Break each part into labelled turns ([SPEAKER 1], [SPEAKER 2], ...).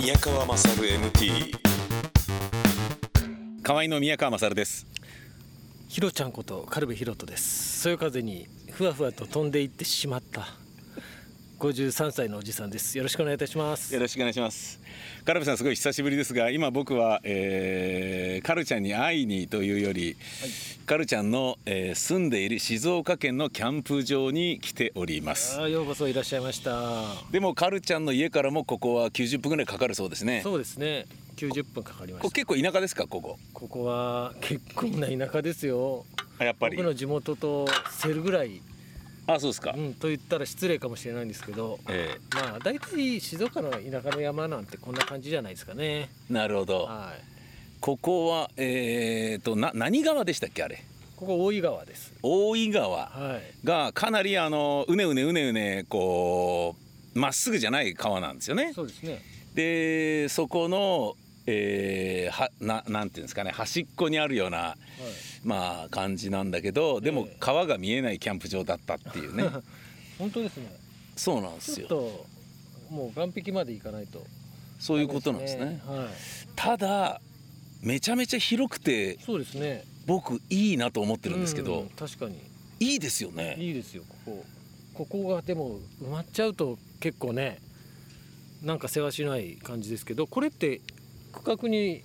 [SPEAKER 1] 宮川勝 MT 河合の宮川勝です
[SPEAKER 2] ひろちゃんこと軽部ひろとですそよ風にふわふわと飛んでいってしまった53歳のおじさんですよろしくお願いいたします
[SPEAKER 1] よろしくお願いしますカルベさんすごい久しぶりですが今僕は、えー、カルちゃんに会いにというより、カルちゃんの、えー住んでいる静岡県のキャンプ場に来ております
[SPEAKER 2] あーようこそいらっしゃいました
[SPEAKER 1] でもカルちゃんの家からもここは90分ぐらいかかるそうですね
[SPEAKER 2] そうですね90分かかりま
[SPEAKER 1] ここ
[SPEAKER 2] した
[SPEAKER 1] 結構田舎ですかここ
[SPEAKER 2] ここは結構な田舎ですよ
[SPEAKER 1] あやっぱり
[SPEAKER 2] 僕の地元とセルぐらい、
[SPEAKER 1] あそうですか、
[SPEAKER 2] うん、と言ったら失礼かもしれないんですけど
[SPEAKER 1] え
[SPEAKER 2] まあ大体静岡の田舎の山なんてこんな感じじゃないですかね
[SPEAKER 1] ーなるほど
[SPEAKER 2] はい
[SPEAKER 1] ここはえー、とな何川でしたっけあれ
[SPEAKER 2] ここ大井川です
[SPEAKER 1] 大井川
[SPEAKER 2] はい
[SPEAKER 1] がかなりあのうねうねうねうねこうまっすぐじゃない川なんですよね。
[SPEAKER 2] そうですね
[SPEAKER 1] でそこの、えーはななんていうんですかね端っこにあるような、
[SPEAKER 2] はい
[SPEAKER 1] まあ、感じなんだけどでも
[SPEAKER 2] ええ
[SPEAKER 1] 川が見えないキャンプ場だったって いうね
[SPEAKER 2] 本当ですね
[SPEAKER 1] そうなんです
[SPEAKER 2] ちょっ
[SPEAKER 1] よ
[SPEAKER 2] ともう岸壁まで行かないと
[SPEAKER 1] そういうことなんですね。
[SPEAKER 2] は
[SPEAKER 1] ただめちゃめちゃ広くて
[SPEAKER 2] いそうですね
[SPEAKER 1] 僕いいなと思ってるんですけど、
[SPEAKER 2] うん確かに
[SPEAKER 1] いいですよね。
[SPEAKER 2] いいですよここここがでも埋まっちゃうと結構ねなんか世話しない感じですけどこれって区画に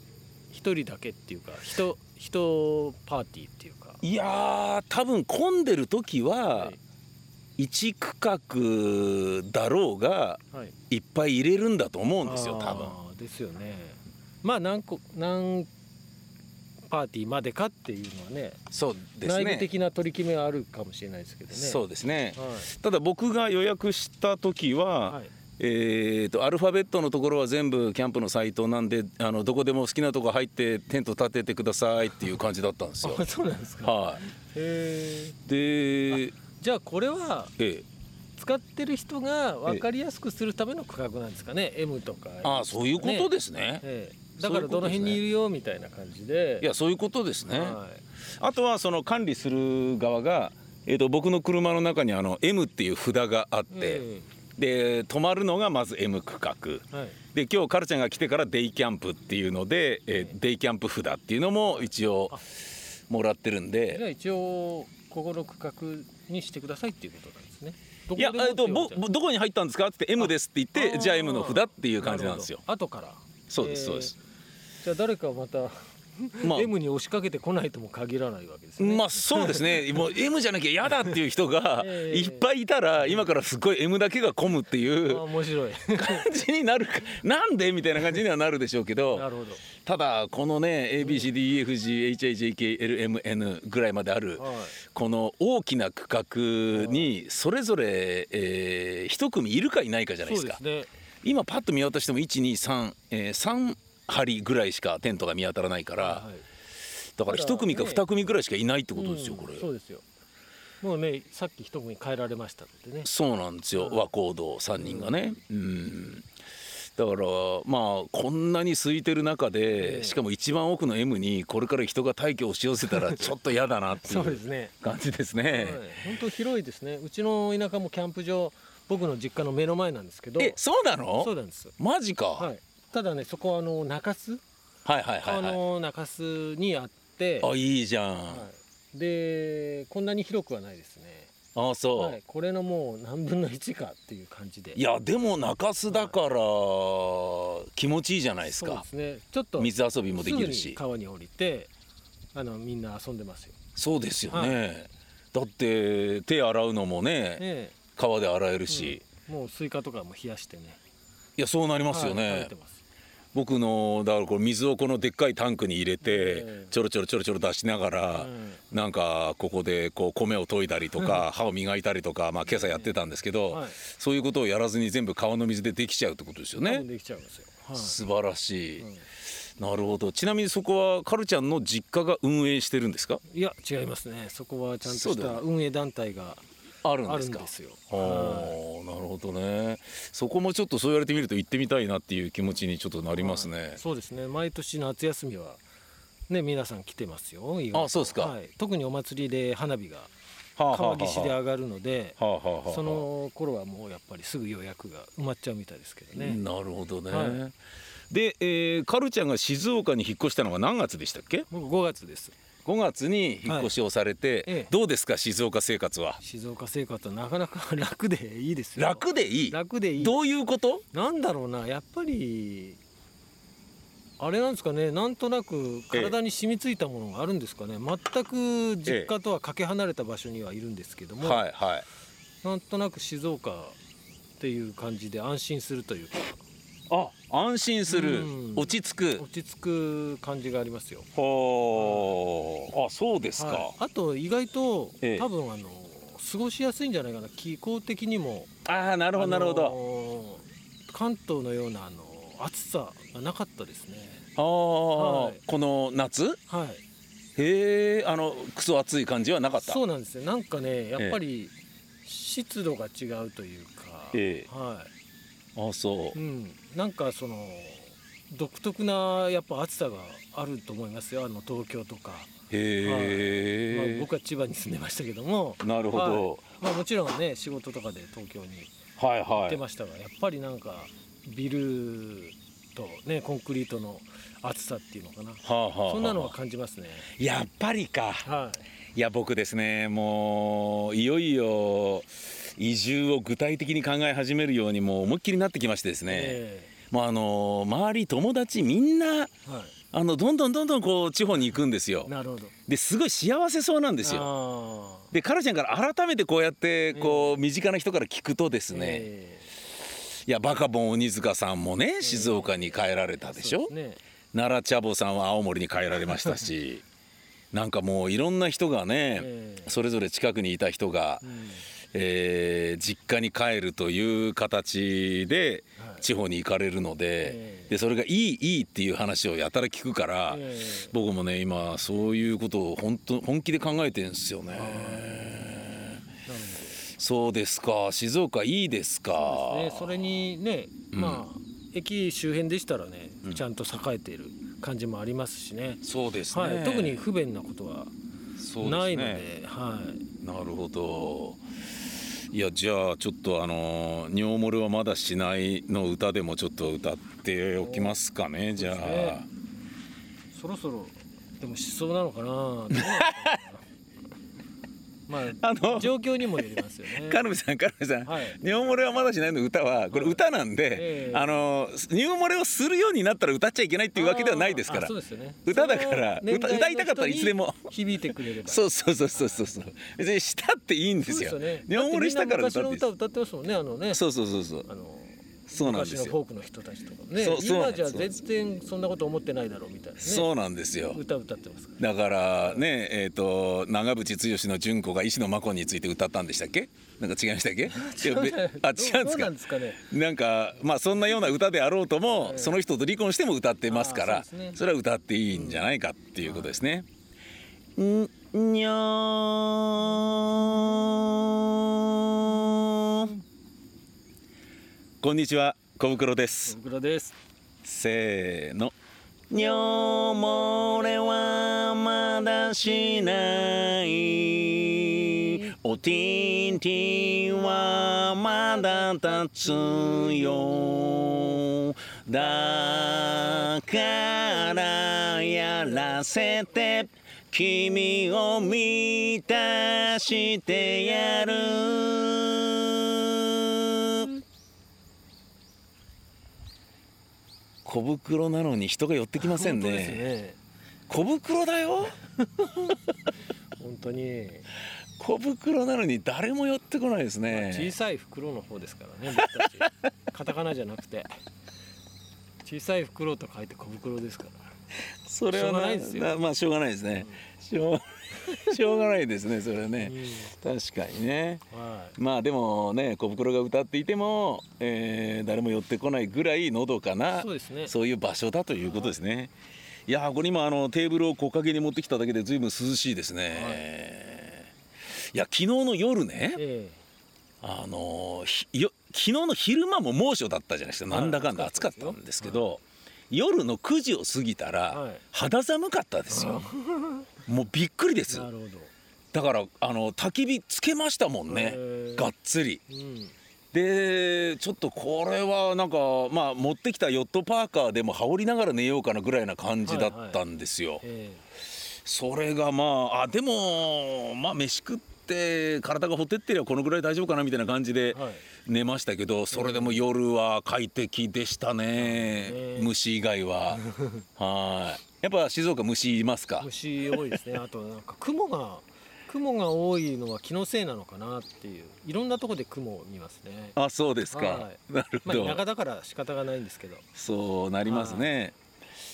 [SPEAKER 2] 一人だけっていうか人人パーティーっていうか
[SPEAKER 1] いやー多分混んでる時は
[SPEAKER 2] はい
[SPEAKER 1] 1区画だろうが
[SPEAKER 2] はい
[SPEAKER 1] いっぱい入れるんだと思うんですよ多分
[SPEAKER 2] あーですよねまあ何個何パーティーまでかっていうのはね
[SPEAKER 1] そうです
[SPEAKER 2] 内部
[SPEAKER 1] ね
[SPEAKER 2] 的な取り決めはあるかもしれないですけどね
[SPEAKER 1] そうですね
[SPEAKER 2] はい
[SPEAKER 1] ただ僕が予約した時は、
[SPEAKER 2] はい
[SPEAKER 1] えーとアルファベットのところは全部キャンプのサイトなんであのどこでも好きなとこ入ってテント立ててくださいっていう感じだったんです よ
[SPEAKER 2] あそうなんですか。
[SPEAKER 1] は
[SPEAKER 2] へえ
[SPEAKER 1] いでえ
[SPEAKER 2] じゃあこれは
[SPEAKER 1] え
[SPEAKER 2] 使ってる人が分かりやすくするための区画なんですかね。M とか。
[SPEAKER 1] ああそういうこと
[SPEAKER 2] ね。
[SPEAKER 1] ですね
[SPEAKER 2] ええ
[SPEAKER 1] そ
[SPEAKER 2] だ
[SPEAKER 1] うい
[SPEAKER 2] か
[SPEAKER 1] うことですね
[SPEAKER 2] らどの辺にいるよみたいな感じで。
[SPEAKER 1] いやそういうことですね、
[SPEAKER 2] はい。
[SPEAKER 1] あとはその管理する側が、えー、と僕の車の中にあの M っていう札があって、
[SPEAKER 2] うん
[SPEAKER 1] で泊まるのがまず M 区画
[SPEAKER 2] はい。
[SPEAKER 1] で今日カルちゃんが来てからデイキャンプっていうので、えーデイキャンプ札っていうのも一応もらってるん
[SPEAKER 2] じゃ
[SPEAKER 1] で。
[SPEAKER 2] あ一応ここの区画にしてくださいっていうことなんですね。ど
[SPEAKER 1] いや、えっと、ぼ、ぼどこに入ったんですかって言って、M ですって言って、
[SPEAKER 2] あ
[SPEAKER 1] じゃあ M の札っていう感じなんですよ。。
[SPEAKER 2] あるほど後から。
[SPEAKER 1] そうです、そうで
[SPEAKER 2] え
[SPEAKER 1] す。
[SPEAKER 2] え。じゃあ誰かまた
[SPEAKER 1] まあ、
[SPEAKER 2] M に押しかけてこないとも限らないわけですね。
[SPEAKER 1] まあ、そうですね。もう M じゃなきゃ嫌だっていう人が
[SPEAKER 2] ええ
[SPEAKER 1] いっぱいいたら、今からすごい M だけが混むってい
[SPEAKER 2] あ
[SPEAKER 1] う
[SPEAKER 2] ー面 白い。
[SPEAKER 1] 感じになるか、なんでみたいな感じにはなるでしょうけ
[SPEAKER 2] な
[SPEAKER 1] ど、
[SPEAKER 2] るほど。
[SPEAKER 1] ただこのね、ABCDEFGHIJKLMN ぐらいまである
[SPEAKER 2] はい。
[SPEAKER 1] この大きな区画にそれぞれ、えー一組いるかいないかじゃないですか
[SPEAKER 2] そうですね。
[SPEAKER 1] 今パッと見渡しても123、えー、3針ぐらいしかテントが見当たらないから、
[SPEAKER 2] はい
[SPEAKER 1] だから一組か
[SPEAKER 2] ただね
[SPEAKER 1] 二組ぐらいしかいないってことですよ、
[SPEAKER 2] うん
[SPEAKER 1] これ
[SPEAKER 2] そうですよもうねさっき一組変えられましたってね
[SPEAKER 1] そうなんですよ
[SPEAKER 2] うん
[SPEAKER 1] 和光堂3人がねうんだからまあこんなに空いてる中
[SPEAKER 2] え
[SPEAKER 1] で
[SPEAKER 2] え
[SPEAKER 1] しかも一番奥の M にこれから人が大気を押し寄せた らちょっと嫌だなってい
[SPEAKER 2] そうで
[SPEAKER 1] う
[SPEAKER 2] すね、
[SPEAKER 1] 感じです
[SPEAKER 2] は
[SPEAKER 1] ね
[SPEAKER 2] い、本当広いですねうちの田舎もキャンプ場僕の実家の目の前なんですけど
[SPEAKER 1] えそうなの
[SPEAKER 2] そうなんです、
[SPEAKER 1] マジか、
[SPEAKER 2] はい、ただねそこはあの中洲
[SPEAKER 1] はい、はいはい
[SPEAKER 2] 川
[SPEAKER 1] はい
[SPEAKER 2] の中洲にあって、
[SPEAKER 1] あいいじゃん、
[SPEAKER 2] はいでこんなに広くはないですね、
[SPEAKER 1] あそう、
[SPEAKER 2] はい、これのもう何分の1かっていう感じで
[SPEAKER 1] いやでも中洲だから気持ちいいじゃないです
[SPEAKER 2] そう
[SPEAKER 1] か
[SPEAKER 2] ですねちょっと
[SPEAKER 1] 水遊びもできる
[SPEAKER 2] すぐに
[SPEAKER 1] し
[SPEAKER 2] 川に降りてあのみんな遊んでますよ、
[SPEAKER 1] そうですよね、だって手洗うのもね
[SPEAKER 2] ええ
[SPEAKER 1] 川で洗えるし、
[SPEAKER 2] もうスイカとかも冷やしてね。
[SPEAKER 1] いやそうなりますよ
[SPEAKER 2] はい
[SPEAKER 1] ね、
[SPEAKER 2] 食べてます
[SPEAKER 1] 僕のだからこれ水をこのでっかいタンクに入れて、
[SPEAKER 2] ええ
[SPEAKER 1] ちょろちょろちょろちょろ出しながら、
[SPEAKER 2] うん
[SPEAKER 1] なんかここでこう米を研いだりとか歯を磨いたりとか、まあ、今朝やってたんですけど、
[SPEAKER 2] はい
[SPEAKER 1] そういうことをやらずに全部川の水でできちゃうってことですよ
[SPEAKER 2] 多
[SPEAKER 1] ね
[SPEAKER 2] 分。できちゃうんですよ。はい
[SPEAKER 1] 素晴らしい、
[SPEAKER 2] うん
[SPEAKER 1] なるほどちなみにそこはカルちゃんの実家が運営してるんですか
[SPEAKER 2] いや違いますね。そこはちゃんと
[SPEAKER 1] そう
[SPEAKER 2] し
[SPEAKER 1] だよね
[SPEAKER 2] た運営団体が
[SPEAKER 1] あるん
[SPEAKER 2] あ
[SPEAKER 1] で
[SPEAKER 2] るん
[SPEAKER 1] すか
[SPEAKER 2] ですよ。
[SPEAKER 1] あーなるほどねそこもちょっとそう言われてみると行ってみたいなっていう気持ちにちょっとなりますね、
[SPEAKER 2] そうですね。毎年夏休みはね皆さん来てますよ。意外と
[SPEAKER 1] あそうですか
[SPEAKER 2] はい。特にお祭りで花火が
[SPEAKER 1] はあはあはあ
[SPEAKER 2] 川岸で上がるので、
[SPEAKER 1] はあはあはあ
[SPEAKER 2] その頃はもうやっぱりすぐ予約が埋まっちゃうみたいですけどね。
[SPEAKER 1] なるほどね、
[SPEAKER 2] は
[SPEAKER 1] で、えー、カルちゃんが静岡に引っ越したのが何月でしたっけ
[SPEAKER 2] 僕5月です
[SPEAKER 1] 5月に引っ越しをされて、
[SPEAKER 2] ええ
[SPEAKER 1] どうですか静岡生活は
[SPEAKER 2] 静岡生活はなかなか楽でいいですよ
[SPEAKER 1] 楽でいい
[SPEAKER 2] 楽でいい
[SPEAKER 1] どういうこと
[SPEAKER 2] なんだろうなやっぱりあれなんですかねなんとなく体に染みついたものがあるんですかね全く実家とはかけ離れた場所にはいるんですけども、
[SPEAKER 1] はいはい
[SPEAKER 2] なんとなく静岡っていう感じで安心するというか
[SPEAKER 1] あ安心する
[SPEAKER 2] うん
[SPEAKER 1] 落ち着く
[SPEAKER 2] 落ち着く感じがありますよ。
[SPEAKER 1] ほーあそうですか、
[SPEAKER 2] はい、あと意外と、
[SPEAKER 1] ええ
[SPEAKER 2] 多分あの過ごしやすいんじゃないかな気候的にも
[SPEAKER 1] ああなるほどなるほど、
[SPEAKER 2] あのー関東のようなあの暑さがなかったですね
[SPEAKER 1] ああ、
[SPEAKER 2] はい
[SPEAKER 1] この夏
[SPEAKER 2] はい
[SPEAKER 1] へえあのクソ暑い感じはなかった
[SPEAKER 2] そうなんですよなんかねやっぱり湿度が違うというか、
[SPEAKER 1] え
[SPEAKER 2] は
[SPEAKER 1] あそ
[SPEAKER 2] い、うん、なんかその独特なやっぱ暑さがあると思いますよあの東京とか、
[SPEAKER 1] うへ
[SPEAKER 2] まあ、
[SPEAKER 1] え、
[SPEAKER 2] 僕は千葉に住んでましたけども、
[SPEAKER 1] なるほど、
[SPEAKER 2] まあ、もちろんね仕事とかで東京に
[SPEAKER 1] はい、
[SPEAKER 2] 行
[SPEAKER 1] は
[SPEAKER 2] っ
[SPEAKER 1] い
[SPEAKER 2] てましたが、やっぱりなんかビルとねコンクリートの暑さっていうのかな
[SPEAKER 1] はあはあはあ
[SPEAKER 2] そんなのは感じますね
[SPEAKER 1] やっぱりか
[SPEAKER 2] はい
[SPEAKER 1] いや僕ですねもういよいよ移住を具体的に考え始めるようにもう思いっきりなってきましてですね、
[SPEAKER 2] え
[SPEAKER 1] もうあの周り友達みんな
[SPEAKER 2] えは
[SPEAKER 1] あのどんどんどんどんこう地方に行くんですよ
[SPEAKER 2] い、なるほど
[SPEAKER 1] ですごい幸せそうなんですよ
[SPEAKER 2] よ
[SPEAKER 1] でカルちゃんから改めてこうやってこう身近な人から聞くとですね、
[SPEAKER 2] え
[SPEAKER 1] いやバカボン鬼塚さんもね静岡に帰られた
[SPEAKER 2] え
[SPEAKER 1] でしょ、
[SPEAKER 2] そうですね
[SPEAKER 1] 奈良茶坊さんは青森に帰られましたしなんかもういろんな人がね、
[SPEAKER 2] ええ
[SPEAKER 1] それぞれ近くにいた人が、
[SPEAKER 2] うん
[SPEAKER 1] えー実家に帰るという形で
[SPEAKER 2] はい
[SPEAKER 1] 地方に行かれるので,、
[SPEAKER 2] ええ
[SPEAKER 1] でそれがいいいいっていう話をやたら聞くから、
[SPEAKER 2] ええ
[SPEAKER 1] 僕もね今そういうことを本当本気で考えてるんですよね。
[SPEAKER 2] なる
[SPEAKER 1] そうですか静岡いいですか
[SPEAKER 2] ほどねそれにねまあ、駅周辺でしたらねちゃんと栄えている感じもありますしね、
[SPEAKER 1] そうですね、
[SPEAKER 2] はい、特に不便なことは
[SPEAKER 1] そうですね
[SPEAKER 2] ないのではい
[SPEAKER 1] なるほど。いやじゃあちょっとあのー尿漏れはまだしないの歌でもちょっと歌っておきますかねじゃあ、
[SPEAKER 2] そうですねそろそろでもしそうなのかなどうなの かなま
[SPEAKER 1] あの
[SPEAKER 2] あ状況にもよりますよね。
[SPEAKER 1] カルビさんカルビさん、
[SPEAKER 2] はい
[SPEAKER 1] 尿漏れはまだしないの歌はこれ歌なんで、
[SPEAKER 2] ええ
[SPEAKER 1] あのー尿漏れをするようになったら歌っちゃいけないっていうわけではないですか
[SPEAKER 2] あー
[SPEAKER 1] ら
[SPEAKER 2] あそうですよね。
[SPEAKER 1] 歌だから
[SPEAKER 2] その年代の
[SPEAKER 1] 歌歌いたかったらいつでも
[SPEAKER 2] 人に響いてくれれば。
[SPEAKER 1] そうそうそうそうそうそう別にしたっていいんですよ
[SPEAKER 2] そうね。
[SPEAKER 1] 尿漏れしたから歌
[SPEAKER 2] だ
[SPEAKER 1] って
[SPEAKER 2] みんな
[SPEAKER 1] いい
[SPEAKER 2] 昔の歌を歌ってますもんねあのね。
[SPEAKER 1] そうそうそうそう
[SPEAKER 2] あの
[SPEAKER 1] そうなんですよ
[SPEAKER 2] 昔のフォークの人たちとかね。
[SPEAKER 1] そうそうなん
[SPEAKER 2] 今
[SPEAKER 1] です
[SPEAKER 2] じゃ全然そんなこと思ってないだろうみたいなね。
[SPEAKER 1] そうなんですよ
[SPEAKER 2] 歌歌ってますから。
[SPEAKER 1] だからねえっ、と長渕剛の純子が石野真子について歌ったんでしたっけなんか違いましたっ けいやべあ違うんです
[SPEAKER 2] どどうな
[SPEAKER 1] か
[SPEAKER 2] んですかね。
[SPEAKER 1] なんかまあそんなような歌であろうとも、
[SPEAKER 2] ええ
[SPEAKER 1] その人と離婚しても歌ってますから
[SPEAKER 2] あー
[SPEAKER 1] そ
[SPEAKER 2] そうですね
[SPEAKER 1] れは歌っていいんじゃないかっていうことですね。んにゃーんこんにちは小袋です。
[SPEAKER 2] 僕らです。
[SPEAKER 1] せーの尿漏れはまだしないおティンティンはまだ立つよだからやらせて君を満たしてやる小袋なのに人が寄ってきません
[SPEAKER 2] 本当です
[SPEAKER 1] ね
[SPEAKER 2] ね。
[SPEAKER 1] 小袋だよ
[SPEAKER 2] 本当に。
[SPEAKER 1] 小袋なのに誰も寄ってこないです
[SPEAKER 2] 小
[SPEAKER 1] ね
[SPEAKER 2] さい袋の方ですからね僕た ちカタカナじゃなくて小さい袋と書いて小袋ですから
[SPEAKER 1] それは
[SPEAKER 2] しょうがないですよ
[SPEAKER 1] なまあしょうがないですね、しょう しょうがないですねそれはね、確かにね
[SPEAKER 2] は
[SPEAKER 1] まあでもね小袋が歌っていても、えー誰も寄ってこないぐらいのどかない
[SPEAKER 2] そうですね
[SPEAKER 1] そういう場所だということですね、い、やーこれ今あのテーブルを木陰に持ってきただけで随分涼しいですね、い、や昨日の夜ね、
[SPEAKER 2] え
[SPEAKER 1] あのひよ昨日の昼間も猛暑だったじゃないですか、
[SPEAKER 2] はい
[SPEAKER 1] なんだかんだ暑
[SPEAKER 2] 暑
[SPEAKER 1] か
[SPEAKER 2] か
[SPEAKER 1] っ
[SPEAKER 2] ったた
[SPEAKER 1] んで
[SPEAKER 2] ですす
[SPEAKER 1] け
[SPEAKER 2] よ
[SPEAKER 1] ど、夜の9時を過ぎたら、
[SPEAKER 2] はい
[SPEAKER 1] 肌寒かったです よ、もうびっくりで
[SPEAKER 2] え
[SPEAKER 1] す
[SPEAKER 2] なるほど
[SPEAKER 1] だからあの焚き火つけましたもんね、
[SPEAKER 2] へー
[SPEAKER 1] がっつり
[SPEAKER 2] うん
[SPEAKER 1] でちょっとこれはなんかまあ持ってきたヨットパーカーでも羽織りながら寝ようかなぐらいな感じだったんですよ。
[SPEAKER 2] え
[SPEAKER 1] それがまああでもまあ飯食って体がほてってりゃこのぐらい大丈夫かなみたいな感じで
[SPEAKER 2] えはい
[SPEAKER 1] 寝ましたけどそれでも夜は快適でしたね
[SPEAKER 2] ええ
[SPEAKER 1] 虫以外は はいやっぱ静岡虫いますか
[SPEAKER 2] 虫多いですねあとなんか雲が雲が多いのは気のせいなのかなっていういろんなとこで雲を見ますね
[SPEAKER 1] あそうですか
[SPEAKER 2] は
[SPEAKER 1] なるほ
[SPEAKER 2] まあ
[SPEAKER 1] ど
[SPEAKER 2] 田舎だから仕方がないんですけど
[SPEAKER 1] そうなりますね、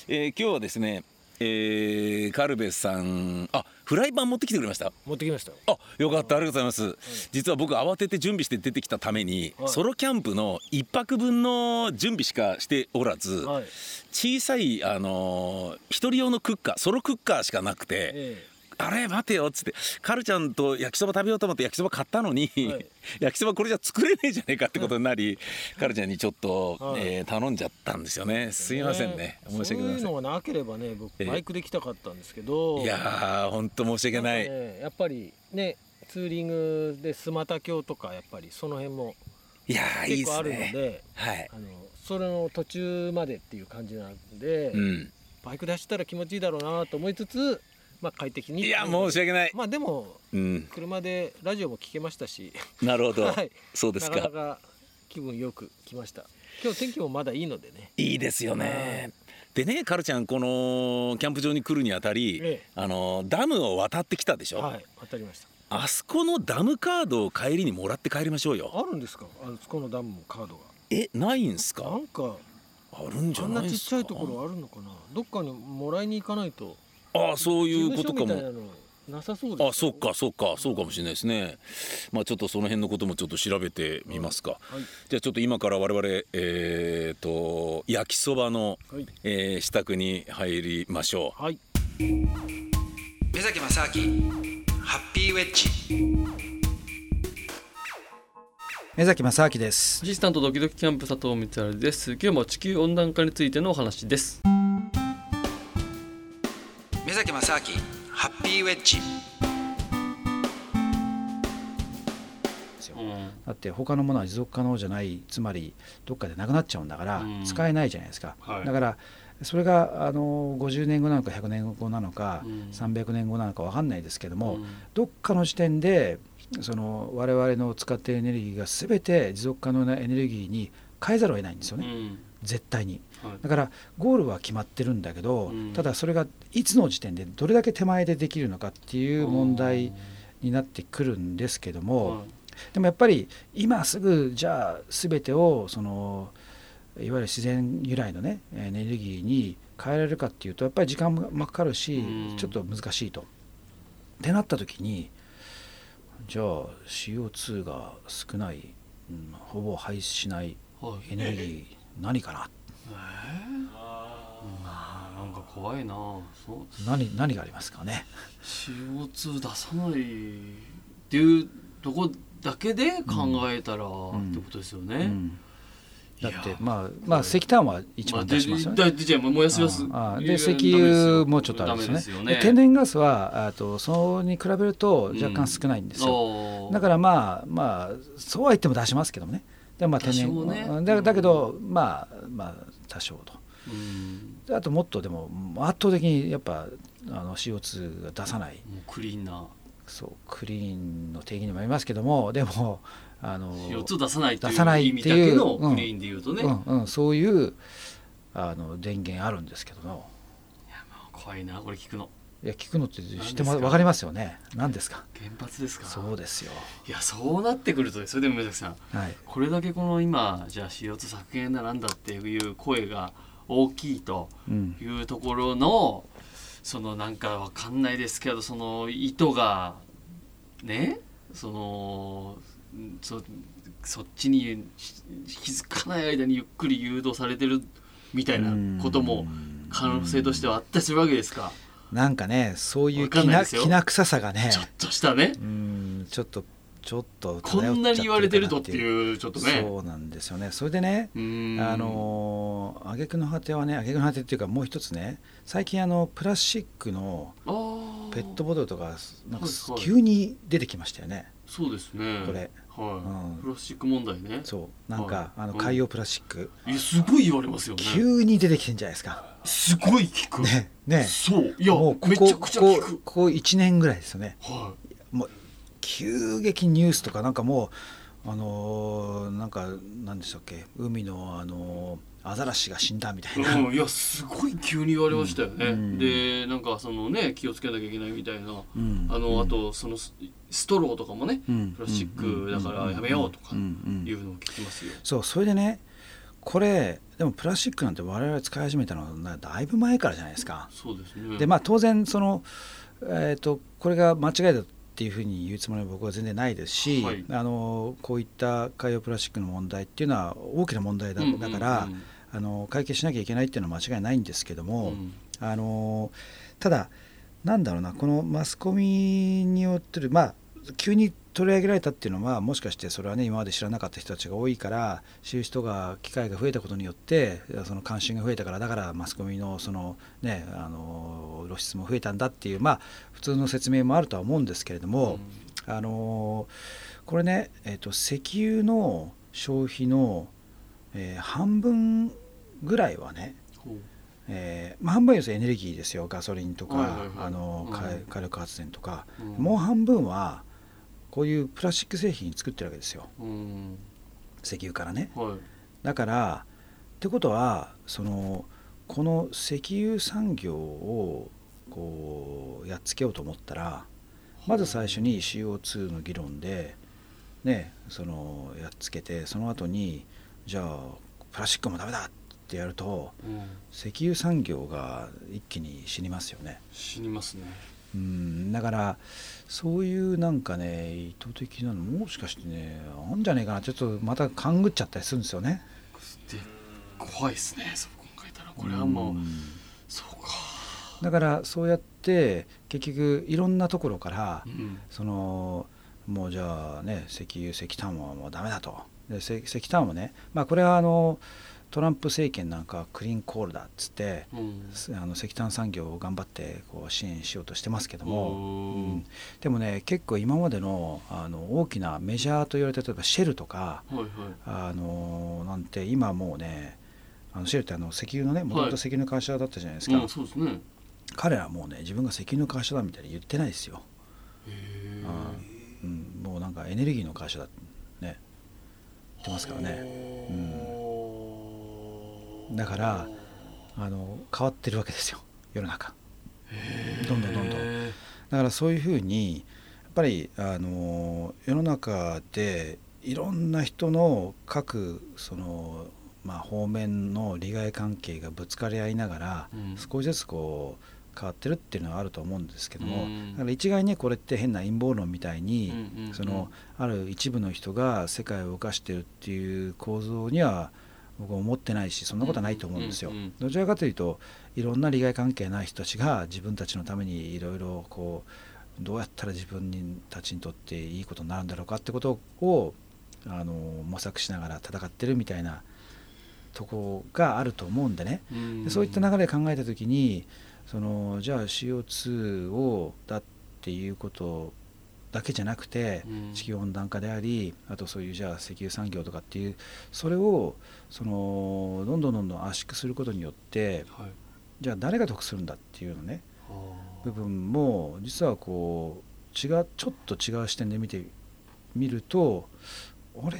[SPEAKER 1] えー今日はですねえー、カルベさんあフライパン持ってきてくれました
[SPEAKER 2] 持ってきましたよ
[SPEAKER 1] あよかったありがとうございます実は僕慌てて準備して出てきたために、
[SPEAKER 2] はい
[SPEAKER 1] ソロキャンプの一泊分の準備しかしておらず、
[SPEAKER 2] はい、
[SPEAKER 1] 小さいあのー一人用のクッカーソロクッカーしかなくて、
[SPEAKER 2] え
[SPEAKER 1] あれ待てよっつってカルちゃんと焼きそば食べようと思って焼きそば買ったのに、
[SPEAKER 2] はい
[SPEAKER 1] 焼きそばこれじゃ作れねえじゃねえかってことになり、カルちゃんにちょっと、
[SPEAKER 2] はい
[SPEAKER 1] えー頼んじゃったんですよねすいませんね
[SPEAKER 2] え
[SPEAKER 1] 申し訳ございませ
[SPEAKER 2] そ
[SPEAKER 1] ん
[SPEAKER 2] ういうのがなければね僕
[SPEAKER 1] ええ
[SPEAKER 2] バイクで来たかったんですけど、
[SPEAKER 1] いやーほんと申し訳ない、
[SPEAKER 2] なんかねやっぱりねツーリングでスマタ峡とかやっぱりその辺も
[SPEAKER 1] いやーいい
[SPEAKER 2] 結
[SPEAKER 1] っ
[SPEAKER 2] 構あ
[SPEAKER 1] す
[SPEAKER 2] るので
[SPEAKER 1] ねはい
[SPEAKER 2] あのそれの途中までっていう感じなんで、
[SPEAKER 1] うん
[SPEAKER 2] バイクで走ったら気持ちいいだろうなと思いつつ、まあ、快適に
[SPEAKER 1] いや申し訳ない、
[SPEAKER 2] まあでも
[SPEAKER 1] うん
[SPEAKER 2] 車でラジオも聞けましたし
[SPEAKER 1] なるほど、
[SPEAKER 2] はい
[SPEAKER 1] そうです
[SPEAKER 2] な
[SPEAKER 1] か
[SPEAKER 2] かなか気分よく来ました今日天気もまだいいのでね
[SPEAKER 1] いいですよ
[SPEAKER 2] は
[SPEAKER 1] ねでねカルちゃんこのキャンプ場に来るにあたり、
[SPEAKER 2] ええ
[SPEAKER 1] あのーダムを渡ってきたでしょ、
[SPEAKER 2] はい渡りました
[SPEAKER 1] あそこのダムカードを帰りにもらって帰りましょうよ
[SPEAKER 2] あるんですかあのそこのダムもカード
[SPEAKER 1] えないんす
[SPEAKER 2] がな
[SPEAKER 1] か
[SPEAKER 2] んか
[SPEAKER 1] あるんじ
[SPEAKER 2] あ
[SPEAKER 1] ゃ
[SPEAKER 2] ん
[SPEAKER 1] な
[SPEAKER 2] ない
[SPEAKER 1] で
[SPEAKER 2] ちっ
[SPEAKER 1] すか
[SPEAKER 2] ちゃいところあるのかなどっかにもらいに行かないと
[SPEAKER 1] ああそういうことか
[SPEAKER 2] 事務所みたい
[SPEAKER 1] も
[SPEAKER 2] なのなさそうですよ
[SPEAKER 1] あそっかそっかそうかもしれないですねまあちょっとその辺のこともちょっと調べてみますか、
[SPEAKER 2] はい
[SPEAKER 1] じゃあちょっと今から我々えー、と焼きそばの、
[SPEAKER 2] はい
[SPEAKER 1] えー、支度に入りましょう
[SPEAKER 2] はい
[SPEAKER 3] 目崎正明ハッピーウェッジ目崎正明です
[SPEAKER 4] アシスタントドキドキキャンプ佐藤光晴です今日も地球温暖化についてのお話です
[SPEAKER 3] 目崎正明ハッピーウェッジ
[SPEAKER 5] だって他のものは持続可能じゃないつまりどっかでなくなっちゃうんだから
[SPEAKER 4] うん
[SPEAKER 5] 使えないじゃないですか、
[SPEAKER 4] はい
[SPEAKER 5] だからそれがあの50年後なのか100年後なのか、
[SPEAKER 4] うん
[SPEAKER 5] 300年後なのか分かんないですけども、
[SPEAKER 4] うん
[SPEAKER 5] どっかの時点でその我々の使っているエネルギーが全て持続可能なエネルギーに変えざるを得ないんですよ
[SPEAKER 4] う
[SPEAKER 5] ね、
[SPEAKER 4] ん
[SPEAKER 5] 絶対に。
[SPEAKER 4] はい
[SPEAKER 5] だからゴールは決まってるんだけど、
[SPEAKER 4] うん
[SPEAKER 5] ただそれがいつの時点でどれだけ手前でできるのかっていう問題になってくるんですけども、
[SPEAKER 4] はい
[SPEAKER 5] でもやっぱり今すぐじゃあ全てをそのいわゆる自然由来のねエネルギーに変えられるかっていうとやっぱり時間もかかるし
[SPEAKER 4] うん
[SPEAKER 5] ちょっと難しいと。ってなった時にじゃあ CO2 が少ない、うんほぼ排出しない
[SPEAKER 4] はい
[SPEAKER 5] エネルギー何かな
[SPEAKER 4] あーなんか怖いなそう
[SPEAKER 5] 何何がありますかね
[SPEAKER 4] CO2 出さないっていうとこだけで考えたら、
[SPEAKER 5] ん
[SPEAKER 4] ってことですよね、
[SPEAKER 5] うんだっ
[SPEAKER 4] い
[SPEAKER 5] て
[SPEAKER 4] や
[SPEAKER 5] まあまあ石炭は一
[SPEAKER 4] まあ
[SPEAKER 5] 番
[SPEAKER 4] で
[SPEAKER 5] 出しますよね
[SPEAKER 4] だ出ちゃう燃やすやす
[SPEAKER 5] ああ
[SPEAKER 4] い
[SPEAKER 5] で
[SPEAKER 4] や
[SPEAKER 5] 石
[SPEAKER 4] ダメです
[SPEAKER 5] 油
[SPEAKER 4] よ
[SPEAKER 5] もちょっとあるんですよ
[SPEAKER 4] ダ
[SPEAKER 5] ね
[SPEAKER 4] メ
[SPEAKER 5] で天然ガスはあとそれに比べると若干少ないんですよ、
[SPEAKER 4] よ
[SPEAKER 5] だ
[SPEAKER 4] ら
[SPEAKER 5] からまあまあそうは言っても出しますけどもねでまあ天然
[SPEAKER 4] 多少ね
[SPEAKER 5] うんだだけどまあまあ多少と
[SPEAKER 4] うん
[SPEAKER 5] であともっとでも圧倒的にやっぱあの CO2 が出さない
[SPEAKER 4] もうクリーンな
[SPEAKER 5] そうクリーンの定義にもありますけどもでもあの
[SPEAKER 4] CO2 出さないと
[SPEAKER 5] 出さないいうっ
[SPEAKER 4] 意
[SPEAKER 5] て
[SPEAKER 4] 味
[SPEAKER 5] いう
[SPEAKER 4] だけの
[SPEAKER 5] うん
[SPEAKER 4] クリーンで言うとね、
[SPEAKER 5] うんうん、そういうあの電源あるんですけども
[SPEAKER 4] 怖いなこれ聞くの
[SPEAKER 5] いや聞くのって知って
[SPEAKER 4] 何です
[SPEAKER 5] も
[SPEAKER 4] か
[SPEAKER 5] 分かりますよね何ですか
[SPEAKER 4] 原発ですか
[SPEAKER 5] そうですよ
[SPEAKER 4] いやそうなってくるとそれでも宮崎さん
[SPEAKER 5] はい
[SPEAKER 4] これだけこの今じゃあ CO2 削減だなんだっていう声が大きいと
[SPEAKER 5] うん
[SPEAKER 4] いうところのそのなんかわかんないですけどその意図がねそのんそそっちにし気づかない間にゆっくり誘導されてるみたいなことも可能性としてはあったりするわけですか
[SPEAKER 5] なんかねそういう
[SPEAKER 4] わか
[SPEAKER 5] き
[SPEAKER 4] んない
[SPEAKER 5] な
[SPEAKER 4] ですよ
[SPEAKER 5] きな臭さがね
[SPEAKER 4] ちょっとしたね
[SPEAKER 5] うんちょっとちょっと
[SPEAKER 4] こんなに言われてるとって
[SPEAKER 5] う
[SPEAKER 4] いうちょっとね
[SPEAKER 5] そうなんですよねそれでね
[SPEAKER 4] うーん
[SPEAKER 5] あのー挙句の果てはね挙句の果てっていうかもう一つね最近あのプラスチックの
[SPEAKER 4] あー
[SPEAKER 5] ペットボトルとかなんか
[SPEAKER 4] はいはい
[SPEAKER 5] 急に出てきましたよね
[SPEAKER 4] そうですね
[SPEAKER 5] これ
[SPEAKER 4] はい、
[SPEAKER 5] うん
[SPEAKER 4] プラスチック問題ね
[SPEAKER 5] そうなんか、
[SPEAKER 4] はい
[SPEAKER 5] あの
[SPEAKER 4] うん
[SPEAKER 5] 海洋プラスチック、
[SPEAKER 4] いやすごい言われますよね
[SPEAKER 5] 急に出てきてんじゃないですか
[SPEAKER 4] すごい聞く
[SPEAKER 5] ねね
[SPEAKER 4] そういや
[SPEAKER 5] もうこ
[SPEAKER 4] め
[SPEAKER 5] こ
[SPEAKER 4] ちゃくちゃ聞
[SPEAKER 5] ここ
[SPEAKER 4] く
[SPEAKER 5] ここ1年ぐらいですよね
[SPEAKER 4] は
[SPEAKER 5] もう急激にニュースとかなんかもうあのーなんか何でしたっけ海のあのーアザラシが死んだみたい
[SPEAKER 4] い、
[SPEAKER 5] な、
[SPEAKER 4] うん、いやすごい急に言われましたよね、
[SPEAKER 5] うん
[SPEAKER 4] でなんかそのね気をつけなきゃいけないみたいな
[SPEAKER 5] うん
[SPEAKER 4] あ
[SPEAKER 5] うん
[SPEAKER 4] のあとそのスストローとかもね
[SPEAKER 5] うん
[SPEAKER 4] プラスチックだからやめようとか
[SPEAKER 5] んん
[SPEAKER 4] いうのを聞きますよ
[SPEAKER 5] そうそれでねこれでもプラスチックなんて我々使い始めたのはなだいぶ前からじゃないですか。
[SPEAKER 4] そうですね
[SPEAKER 5] でまあ当然その、えー、とこれが間違いだっていうふうに言うつもりは僕は全然ないですし、
[SPEAKER 4] はい
[SPEAKER 5] あのこういった海洋プラスチックの問題っていうのは大きな問題だ,、
[SPEAKER 4] うん
[SPEAKER 5] だから、
[SPEAKER 4] うん
[SPEAKER 5] あの解決しなきゃいけないっていうのは間違いないんですけど
[SPEAKER 4] う
[SPEAKER 5] も、
[SPEAKER 4] ん
[SPEAKER 5] あのただなんだろうなこのマスコミによってるまあ急に取り上げられたっていうのはもしかしてそれはね今まで知らなかった人たちが多いから知る人が機会が増えたことによってその関心が増えたからだからマスコミのそのねあの露出も増えたんだっていうまあ普通の説明もあるとは思うんですけれども、あのこれね、えっと石油の消費の、えー半分ぐらいはね、
[SPEAKER 4] ほう
[SPEAKER 5] えーまあ、半分は要するにエネルギーですよガソリンとか、
[SPEAKER 4] はいはいはい
[SPEAKER 5] あの
[SPEAKER 4] うん
[SPEAKER 5] 火火力発電とか、
[SPEAKER 4] うん
[SPEAKER 5] もう半分はこういうプラスチック製品作ってるわけですよ
[SPEAKER 4] うん
[SPEAKER 5] 石油からね
[SPEAKER 4] はい
[SPEAKER 5] だからってことはそのこの石油産業をこうやっつけようと思ったらまず最初に CO2 の議論で、ね、そのやっつけてその後にじゃあプラスチックもダメだってやると
[SPEAKER 4] うん
[SPEAKER 5] 石油産業が一気に死にますよね。
[SPEAKER 4] 死にますね
[SPEAKER 5] うんだからそういうなんかね意図的なのもしかしてねあんじゃねえかなちょっとまた勘ぐっちゃったりするんですよね。
[SPEAKER 4] で怖いですねそう考えたらこれはもう
[SPEAKER 5] うん
[SPEAKER 4] そうか
[SPEAKER 5] だからそうやって結局いろんなところから、
[SPEAKER 4] うん
[SPEAKER 5] そのもうじゃあね石油石炭はもうダメだとで石石炭もね、まあ、これはあのトランプ政権なんかはクリーンコールだっつって
[SPEAKER 4] うん
[SPEAKER 5] すあの石炭産業を頑張ってこう支援しようとしてますけども、う
[SPEAKER 4] も
[SPEAKER 5] んでもね結構今までのあの大きなメジャーと言われた例えばシェルとか
[SPEAKER 4] はいはい
[SPEAKER 5] あのなんて今もうねあのシェルってあの石油のねもともと石油の会社だったじゃないですか、
[SPEAKER 4] うんそうですね
[SPEAKER 5] 彼らはもうね自分が石油の会社だみたいに言ってないですよ、
[SPEAKER 4] へー
[SPEAKER 5] うん、もうなんかエネルギーの会社だってね言ってますからね
[SPEAKER 4] うん
[SPEAKER 5] だからあの変わってるわけですよ世の中どんどんどんどん
[SPEAKER 4] へ
[SPEAKER 5] だからそういうふうにやっぱりあの世の中でいろんな人の各その、まあ、方面の利害関係がぶつかり合いながら、
[SPEAKER 4] うん
[SPEAKER 5] 少しずつこう変わってるっていうのはあると思うんですけども、
[SPEAKER 4] うん
[SPEAKER 5] だから一概にこれって変な陰謀論みたいに、
[SPEAKER 4] うんうんうん
[SPEAKER 5] そのある一部の人が世界を動かしてるっていう構造には僕は思ってないしそんなことはないと思うんですよ。
[SPEAKER 4] うんうんうん
[SPEAKER 5] どちらかというといろんな利害関係ない人たちが自分たちのためにいろいろこうどうやったら自分にたちにとっていいことになるんだろうかってことをあの模索しながら戦ってるみたいなとこがあると思うんでね。
[SPEAKER 4] ー
[SPEAKER 5] でそういった流れで考えた時にそのじゃあ CO2 をだっていうことだけじゃなくて
[SPEAKER 4] うん
[SPEAKER 5] 地球温暖化でありあとそういうじゃあ石油産業とかっていうそれをそのどんどんどんどん圧縮することによって
[SPEAKER 4] はい
[SPEAKER 5] じゃあ誰が得するんだっていうのね
[SPEAKER 4] あー
[SPEAKER 5] 部分も実はこう違うちょっと違う視点で見てみるとあれ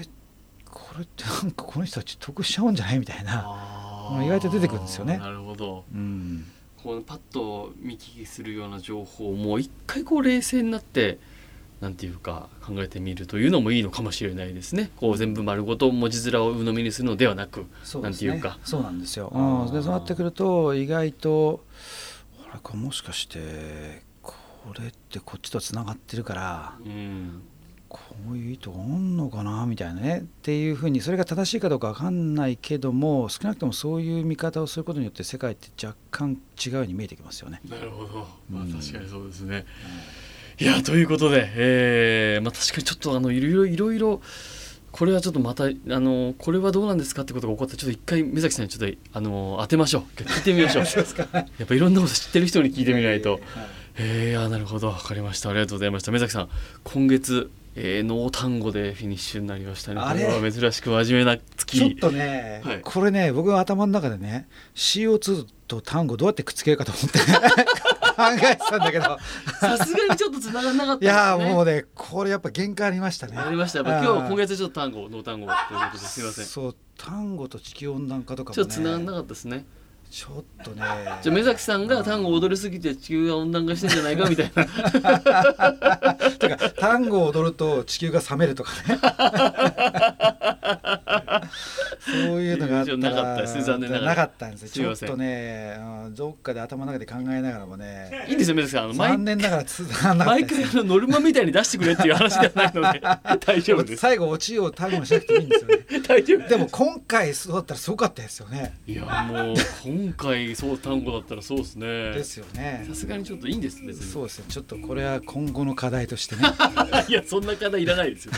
[SPEAKER 5] これってなんかこの人たち得しちゃうんじゃないみたいな。
[SPEAKER 4] あー
[SPEAKER 5] 意外と出てくるんですよね
[SPEAKER 4] なるほど
[SPEAKER 5] うん
[SPEAKER 4] こうパッと見聞きするような情報をもう一回こう冷静になってなんていうか考えてみるというのもいいのかもしれないですねこう全部丸ごと文字面を鵜呑みにするのではなく
[SPEAKER 5] そう
[SPEAKER 4] なんていうか
[SPEAKER 5] そうなんですよ、
[SPEAKER 4] あー
[SPEAKER 5] うん、でそうなってくると意外とあれこれもしかしてこれってこっちとつながってるから
[SPEAKER 4] うん
[SPEAKER 5] こういう意図があんのかなみたいなねっていうふうにそれが正しいかどうかわかんないけども少なくともそういう見方をすることによって世界って若干違うように見えてきますよね。
[SPEAKER 4] なるほど、ま
[SPEAKER 5] うん
[SPEAKER 4] あ、確かにそうですね。いやということで、えーまあ、確かにちょっとあのいろいろいろいろこれはちょっとまたあのこれはどうなんですかってことが起こったらちょっと一回目崎さんにちょっとあの当てましょう聞いてみましょう やっぱいろんなこと知ってる人に聞いてみないと。えー、あーなるほどわかりましたありがとうございました目崎さん今月えー、濃単語でフィニッシュになりましたね
[SPEAKER 5] あれ
[SPEAKER 4] こは珍しく真面目な月
[SPEAKER 5] ちょっとね、
[SPEAKER 4] はい
[SPEAKER 5] これね僕の頭の中でね CO2 と単語どうやってくっつけるかと思って考えてたんだ けど
[SPEAKER 4] さすがにちょっと繋がんなかった
[SPEAKER 5] い
[SPEAKER 4] ですね
[SPEAKER 5] やーもうねこれやっぱ限界ありましたね
[SPEAKER 4] ありましたやっぱ今日今月ちょっと単語濃単語ということですいませんちょ
[SPEAKER 5] そう単語と地球温暖化とか
[SPEAKER 4] っ
[SPEAKER 5] も、ね、
[SPEAKER 4] と繋がんなかったですね
[SPEAKER 5] ちょっとね
[SPEAKER 4] じゃあ目崎さんが単語を踊りすぎて地球が温暖化してんじゃないかみたい な
[SPEAKER 5] てか単語を踊ると地球が冷めるとか ねそういうのがあったら
[SPEAKER 4] なかったですね残念ながら
[SPEAKER 5] なかったんですよ
[SPEAKER 4] すい
[SPEAKER 5] ちょ
[SPEAKER 4] ま
[SPEAKER 5] っ
[SPEAKER 4] せん
[SPEAKER 5] とねうんどっかで頭の中で考えながらもね
[SPEAKER 4] いいんですよ目崎さんあの毎
[SPEAKER 5] 残念ながらつながんなかった
[SPEAKER 4] 毎
[SPEAKER 5] です
[SPEAKER 4] 回あのノルマみたいに出してくれっていう話ではないので大丈夫 です
[SPEAKER 5] 最後オチを単語にしなくていいんですよね
[SPEAKER 4] 大丈夫です
[SPEAKER 5] でも今回そうだったらすごかったですよね
[SPEAKER 4] いやもう今回そう単語だったらそうですね
[SPEAKER 5] ですよね
[SPEAKER 4] さすがにちょっといいんです別に
[SPEAKER 5] そうですねちょっとこれは今後の課題としてね
[SPEAKER 4] いやそんな課題いらない ですよ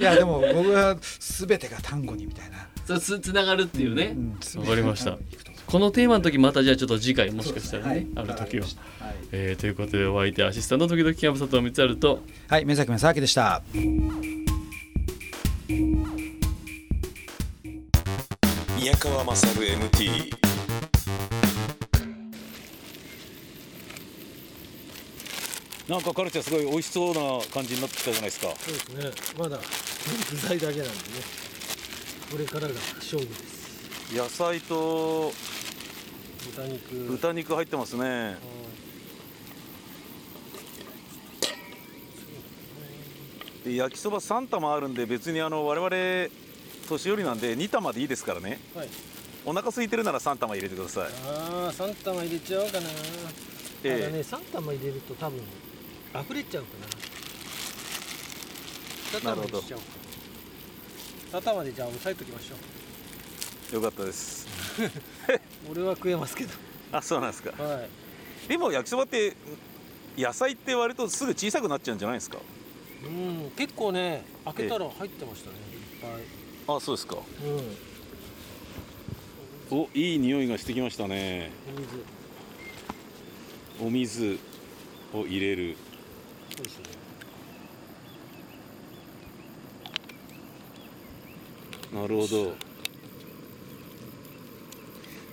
[SPEAKER 5] いやでも僕は全てが単語にみたいな
[SPEAKER 4] そうつつながるっていうね、
[SPEAKER 5] うん
[SPEAKER 4] わかりました
[SPEAKER 5] 全てが単語に行くと思う
[SPEAKER 4] このテーマの時またじゃあちょっと次回もしかしたらねある時は
[SPEAKER 5] わかりまし、たはい
[SPEAKER 4] えーということでお相手アシスタントの時々キャンプ佐藤光晴と
[SPEAKER 5] はい、目崎正明でした。
[SPEAKER 1] 宮川勝 MT なんかカルチャーすごい美味しそうな感じになってきたじゃないですか
[SPEAKER 2] そうですねまだ具材だけなんでねこれからが勝負です
[SPEAKER 1] 野菜と
[SPEAKER 2] 豚肉
[SPEAKER 1] 豚肉入ってますねで焼きそば3玉あるんで別にあの我々年寄りなんで2玉でいいですからね
[SPEAKER 2] はい
[SPEAKER 1] お腹空いてるなら3玉入れてください
[SPEAKER 2] ああ3玉入れちゃおうかな、
[SPEAKER 1] ええ
[SPEAKER 2] ただね3玉入れると多分溢れちゃうかな
[SPEAKER 1] なるほ
[SPEAKER 2] 2
[SPEAKER 1] ど
[SPEAKER 2] 玉にしちゃおうか2玉でじゃあ押さえときましょ
[SPEAKER 1] よかったです
[SPEAKER 2] う俺は食えますけど
[SPEAKER 1] あそうなんですか
[SPEAKER 2] はい
[SPEAKER 1] でも焼きそばって野菜って割とすぐ小さくなっちゃうんじゃないですか
[SPEAKER 2] うん結構ね開けたら入ってましたねいっ
[SPEAKER 1] あそうですか
[SPEAKER 2] ぱいうん
[SPEAKER 1] おいい匂いがしてきましたね
[SPEAKER 2] お水そ
[SPEAKER 1] お水を入れる
[SPEAKER 2] うですね
[SPEAKER 1] なるほど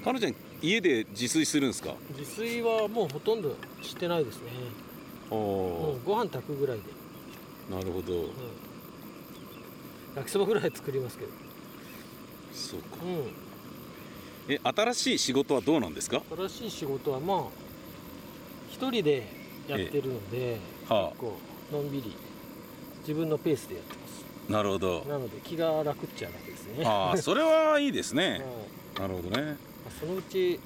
[SPEAKER 1] 彼女家で自炊するんですか
[SPEAKER 2] 自炊はもうほとんどしてないですね
[SPEAKER 1] お
[SPEAKER 2] も
[SPEAKER 1] お
[SPEAKER 2] うご飯炊くぐらいで、
[SPEAKER 1] ー、なるほど
[SPEAKER 2] うん、焼きそばぐらい作りますけど
[SPEAKER 1] そうか
[SPEAKER 2] うん
[SPEAKER 1] え新しい仕事はどうなんですか
[SPEAKER 2] 新しい仕事はまあ一人でやってるので
[SPEAKER 1] は
[SPEAKER 2] 結構のんびり自分のペースでやって
[SPEAKER 1] あなるほ
[SPEAKER 2] ま
[SPEAKER 1] ど
[SPEAKER 2] すなので気が楽っちゃ楽ですね は
[SPEAKER 1] ああそれはいいです
[SPEAKER 2] い
[SPEAKER 1] ね
[SPEAKER 2] ま
[SPEAKER 1] なるほどね
[SPEAKER 2] あそのうち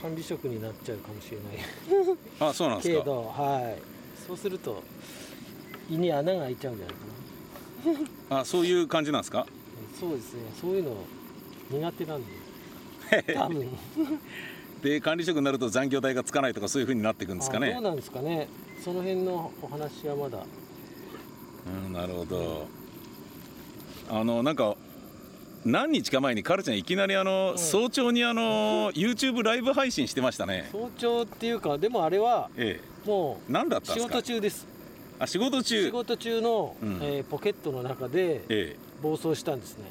[SPEAKER 2] 管理職になっちゃうかもしれない
[SPEAKER 1] あそうなんで
[SPEAKER 2] け
[SPEAKER 1] すか
[SPEAKER 2] どはいそうすると胃に穴が開いちゃうんじゃないかな
[SPEAKER 1] あそういう感じなんですか
[SPEAKER 2] そうですねそういうの苦手 なんで多分
[SPEAKER 1] で管理職になると残業代がつかないとかそういうふうになっていくんですか
[SPEAKER 2] あ
[SPEAKER 1] ね
[SPEAKER 2] どうなんですかねその辺のお話はまだ
[SPEAKER 1] うん、なるほど。あのなんか何日か前にカルちゃんいきなりあの、
[SPEAKER 2] うん
[SPEAKER 1] 早朝にあの YouTube ライブ配信してましたね。
[SPEAKER 2] 早朝っていうかでもあれは
[SPEAKER 1] ええ、
[SPEAKER 2] もう
[SPEAKER 1] 何だったん
[SPEAKER 2] 仕
[SPEAKER 1] ですか。
[SPEAKER 2] 事中です
[SPEAKER 1] あ仕事中。
[SPEAKER 2] 仕事中の、
[SPEAKER 1] うん
[SPEAKER 2] えーポケットの中で
[SPEAKER 1] ええ、
[SPEAKER 2] 暴走したんですね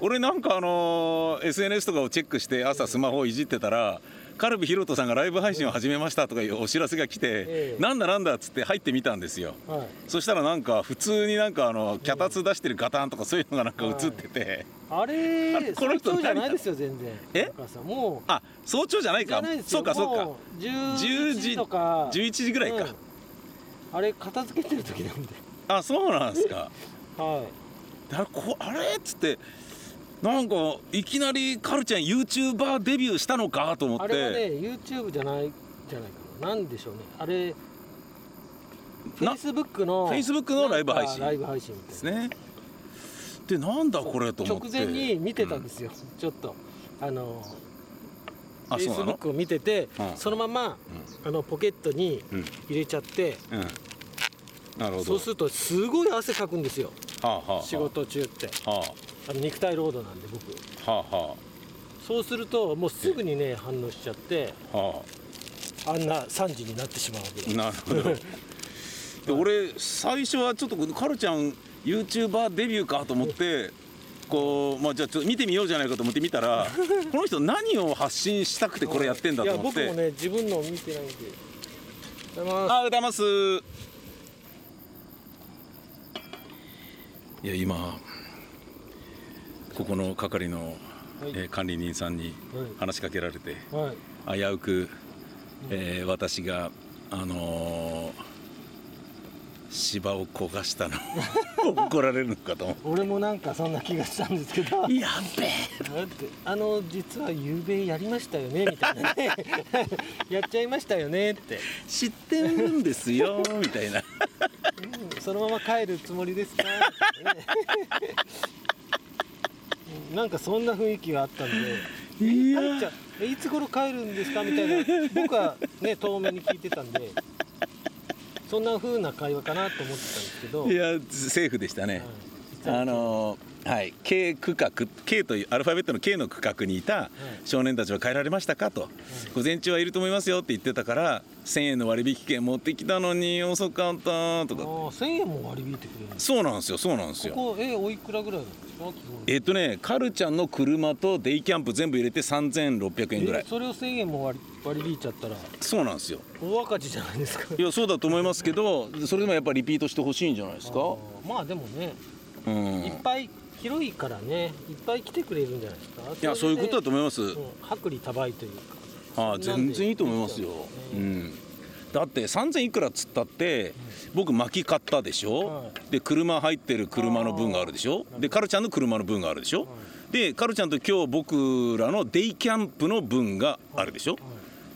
[SPEAKER 1] 俺なんかあの SNS とかをチェックして朝スマホをいじってたら。カルビヒロトさんがライブ配信を始めましたとかいうお知らせが来て、
[SPEAKER 2] ええ
[SPEAKER 1] なんだなんだっつって入ってみたんですよ
[SPEAKER 2] あのはい、
[SPEAKER 1] そしたらなんか普通になんかあの脚立出してるガタンとかそういうのがなんか映ってて、
[SPEAKER 2] あれ
[SPEAKER 1] あれこ
[SPEAKER 2] 早
[SPEAKER 1] の人
[SPEAKER 2] 朝じゃないですよ全然
[SPEAKER 1] え
[SPEAKER 2] お母さんも
[SPEAKER 1] あ早朝じゃな
[SPEAKER 2] う
[SPEAKER 1] い
[SPEAKER 2] じゃ
[SPEAKER 1] か
[SPEAKER 2] ないです
[SPEAKER 1] そ
[SPEAKER 2] よ
[SPEAKER 1] うかそうか
[SPEAKER 2] もう10
[SPEAKER 1] 10
[SPEAKER 2] 時
[SPEAKER 1] 時
[SPEAKER 2] とか
[SPEAKER 1] 11時ぐらいか、
[SPEAKER 2] うんあれ片付けてる時なんで
[SPEAKER 1] あそうなんですか
[SPEAKER 2] はい
[SPEAKER 1] だこあれっつってなんかいきなりカルちゃん YouTuber デビューしたのかと思
[SPEAKER 2] あ
[SPEAKER 1] っ
[SPEAKER 2] れはね
[SPEAKER 1] て
[SPEAKER 2] YouTube じゃないじゃないかななんでしょうねあれ
[SPEAKER 1] な
[SPEAKER 2] Facebook の
[SPEAKER 1] Facebook のライブ配信
[SPEAKER 2] なんかライブ配信みたいな
[SPEAKER 1] ですねでなんだこれと思って
[SPEAKER 2] 直前に見てたんですよ、ちょっとあの
[SPEAKER 1] あそうなの
[SPEAKER 2] Facebook を見ててそ,、
[SPEAKER 1] うん
[SPEAKER 2] のまま、あのポケットに
[SPEAKER 1] うん
[SPEAKER 2] 入れちゃって、
[SPEAKER 1] うんなるほど
[SPEAKER 2] そうするとすごい汗かくんですよ
[SPEAKER 1] はあはあはあ
[SPEAKER 2] 仕事中って
[SPEAKER 1] は
[SPEAKER 2] あの肉体労働なんで僕
[SPEAKER 1] あはあは
[SPEAKER 2] そうするともうすぐにね反応しちゃって
[SPEAKER 1] あはあ
[SPEAKER 2] あんな惨事になってしまうわけ
[SPEAKER 1] な
[SPEAKER 2] だ
[SPEAKER 1] るほ どで俺最初はちょっとカルちゃん YouTuber デビューかと思ってこうまあじゃあちょっと見てみようじゃないかと思って見た らこの人何を発信したくてこれやってんだと思っ
[SPEAKER 2] いや
[SPEAKER 1] て、
[SPEAKER 2] 僕もね自分の見てないんでおはよう
[SPEAKER 1] あ
[SPEAKER 2] ございます
[SPEAKER 1] 歌いますいや今ここの係の、えー管理人さんに話しかけられて、
[SPEAKER 2] はい
[SPEAKER 1] 危うく、えー私があのー芝を焦が したのを怒られるのかと思
[SPEAKER 2] 俺もなんかそんな気がしたんですけどだっ
[SPEAKER 1] うやべえ
[SPEAKER 2] てあの実は夕べやりましたよねみたいなね やっちゃいましたよねって、
[SPEAKER 1] 知ってるんですよみたいな
[SPEAKER 2] うんそのまま帰るつもり ですか、ねうんなんかそんな雰囲気があったんで
[SPEAKER 1] い
[SPEAKER 2] 「あんちゃんえいつ頃帰るんですか?」みたいな僕はね遠目に聞いてたんでそんな風な会話かなと思ってたんですけど、
[SPEAKER 1] いやセーフでしたね、
[SPEAKER 2] うん
[SPEAKER 1] あのーはい、K 区画 K というアルファベットの K の区画にいた少年たちは帰られましたかと、午前中はいると思いますよって言ってたから1000円の割引券持ってきたのに遅かったと
[SPEAKER 2] あ
[SPEAKER 1] か
[SPEAKER 2] ー1000円も割り引いてくれるんです
[SPEAKER 1] そうなんですよそうなんですよ
[SPEAKER 2] ここえおいくらぐらいなんですか
[SPEAKER 1] えっとね、カルちゃんの車とデイキャンプ全部入れて3600円ぐらい
[SPEAKER 2] それを1000円も割り割り引いちゃったら
[SPEAKER 1] そうなんですよ
[SPEAKER 2] 大赤字じゃないですか
[SPEAKER 1] いやそうだと思いますけどそれでもやっぱリピートしてほしいんじゃないです
[SPEAKER 2] あ
[SPEAKER 1] か
[SPEAKER 2] ーまあでもね、
[SPEAKER 1] うん
[SPEAKER 2] いっぱい広いからねいっぱい来てくれるんじゃないですか
[SPEAKER 1] いやそういうことだと
[SPEAKER 2] 思
[SPEAKER 1] 思います
[SPEAKER 2] うん薄利多売というか
[SPEAKER 1] あー
[SPEAKER 2] そんなんで
[SPEAKER 1] 全然いいと思いますよ
[SPEAKER 2] う
[SPEAKER 1] うんんだって3000いくらつったって僕薪買ったでし
[SPEAKER 2] は
[SPEAKER 1] ょで車入ってる車の分があるでしょでカルちゃんの車の分があるでしょでカルちゃんと今日僕らのデイキャンプの分があるでしょ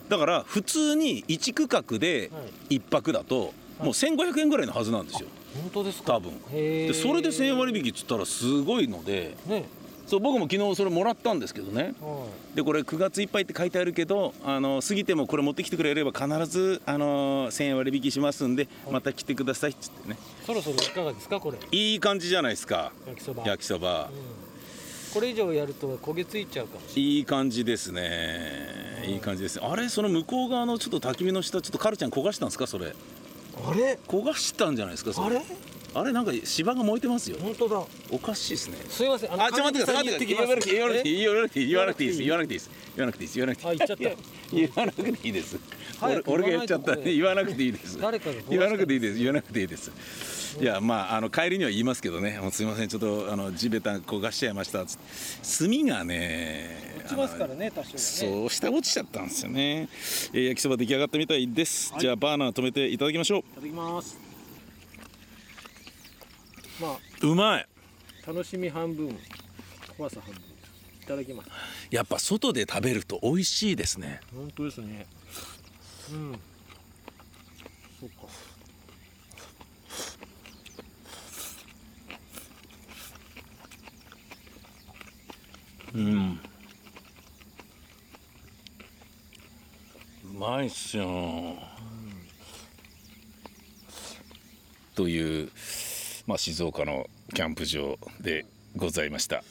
[SPEAKER 1] だから普通に1区画で
[SPEAKER 2] は
[SPEAKER 1] 1泊だともう1500円ぐらいのはずなんですよ
[SPEAKER 2] 本当ですか
[SPEAKER 1] 多分
[SPEAKER 2] へー
[SPEAKER 1] でそれで1000円割引っつったらすごいので
[SPEAKER 2] ね
[SPEAKER 1] そう僕も昨日それもらったんですけどね
[SPEAKER 2] は
[SPEAKER 1] でこれ9月いっぱいって書いてあるけどあの過ぎてもこれ持ってきてくれれば必ずあの1000円割引しますんでまた来てくださいっつってね
[SPEAKER 2] いそろそろいかがですかこれ
[SPEAKER 1] いい感じじゃないですか
[SPEAKER 2] 焼きそば
[SPEAKER 1] 焼きそば
[SPEAKER 2] うんこれ以上やると焦げついちゃうかもし
[SPEAKER 1] いい感じですねいい感じですねあれその向こう側のちょっと焚き火の下ちょっとカルちゃん焦がしたんですかそれ
[SPEAKER 2] れない
[SPEAKER 1] 焦がしたんじゃないですかそ
[SPEAKER 2] あれ
[SPEAKER 1] れ
[SPEAKER 2] あれ
[SPEAKER 1] あれなんか芝が燃えてますよ
[SPEAKER 2] 本当だ
[SPEAKER 1] おかしいですね
[SPEAKER 2] すいません
[SPEAKER 1] あ、ちょっと待ってください。待ってください。言わなくていい。言わなくていい。言わなくていい。言わなくていいです。言わなくていいです。言わなくていいです。
[SPEAKER 2] あ
[SPEAKER 1] 言わなくていいです。
[SPEAKER 2] 早
[SPEAKER 1] 俺
[SPEAKER 2] く
[SPEAKER 1] 俺が言っちゃった。言
[SPEAKER 2] 言
[SPEAKER 1] わなくていいです。
[SPEAKER 2] 誰かが
[SPEAKER 1] 言わなくていいです。言わなくていいです。いやまああの帰りには言いますけどね。もうすみません。ちょっとあの地べた焦がしちゃいました。つって炭がね。
[SPEAKER 2] 落ちますからね多少はね
[SPEAKER 1] そう下落ちちゃったんですよね。えー焼きそば出来上がったみたいです。じゃあバーナー止めていただきましょ
[SPEAKER 2] いただきますまあ
[SPEAKER 1] う。うまい。
[SPEAKER 2] 楽しみ半分怖さ半分いただきます
[SPEAKER 1] やっぱ外で食べると美味しいですね。
[SPEAKER 2] 本当ですねうんそうか
[SPEAKER 1] うんうまいっすよ、という、まあ、静岡のキャンプ場でございました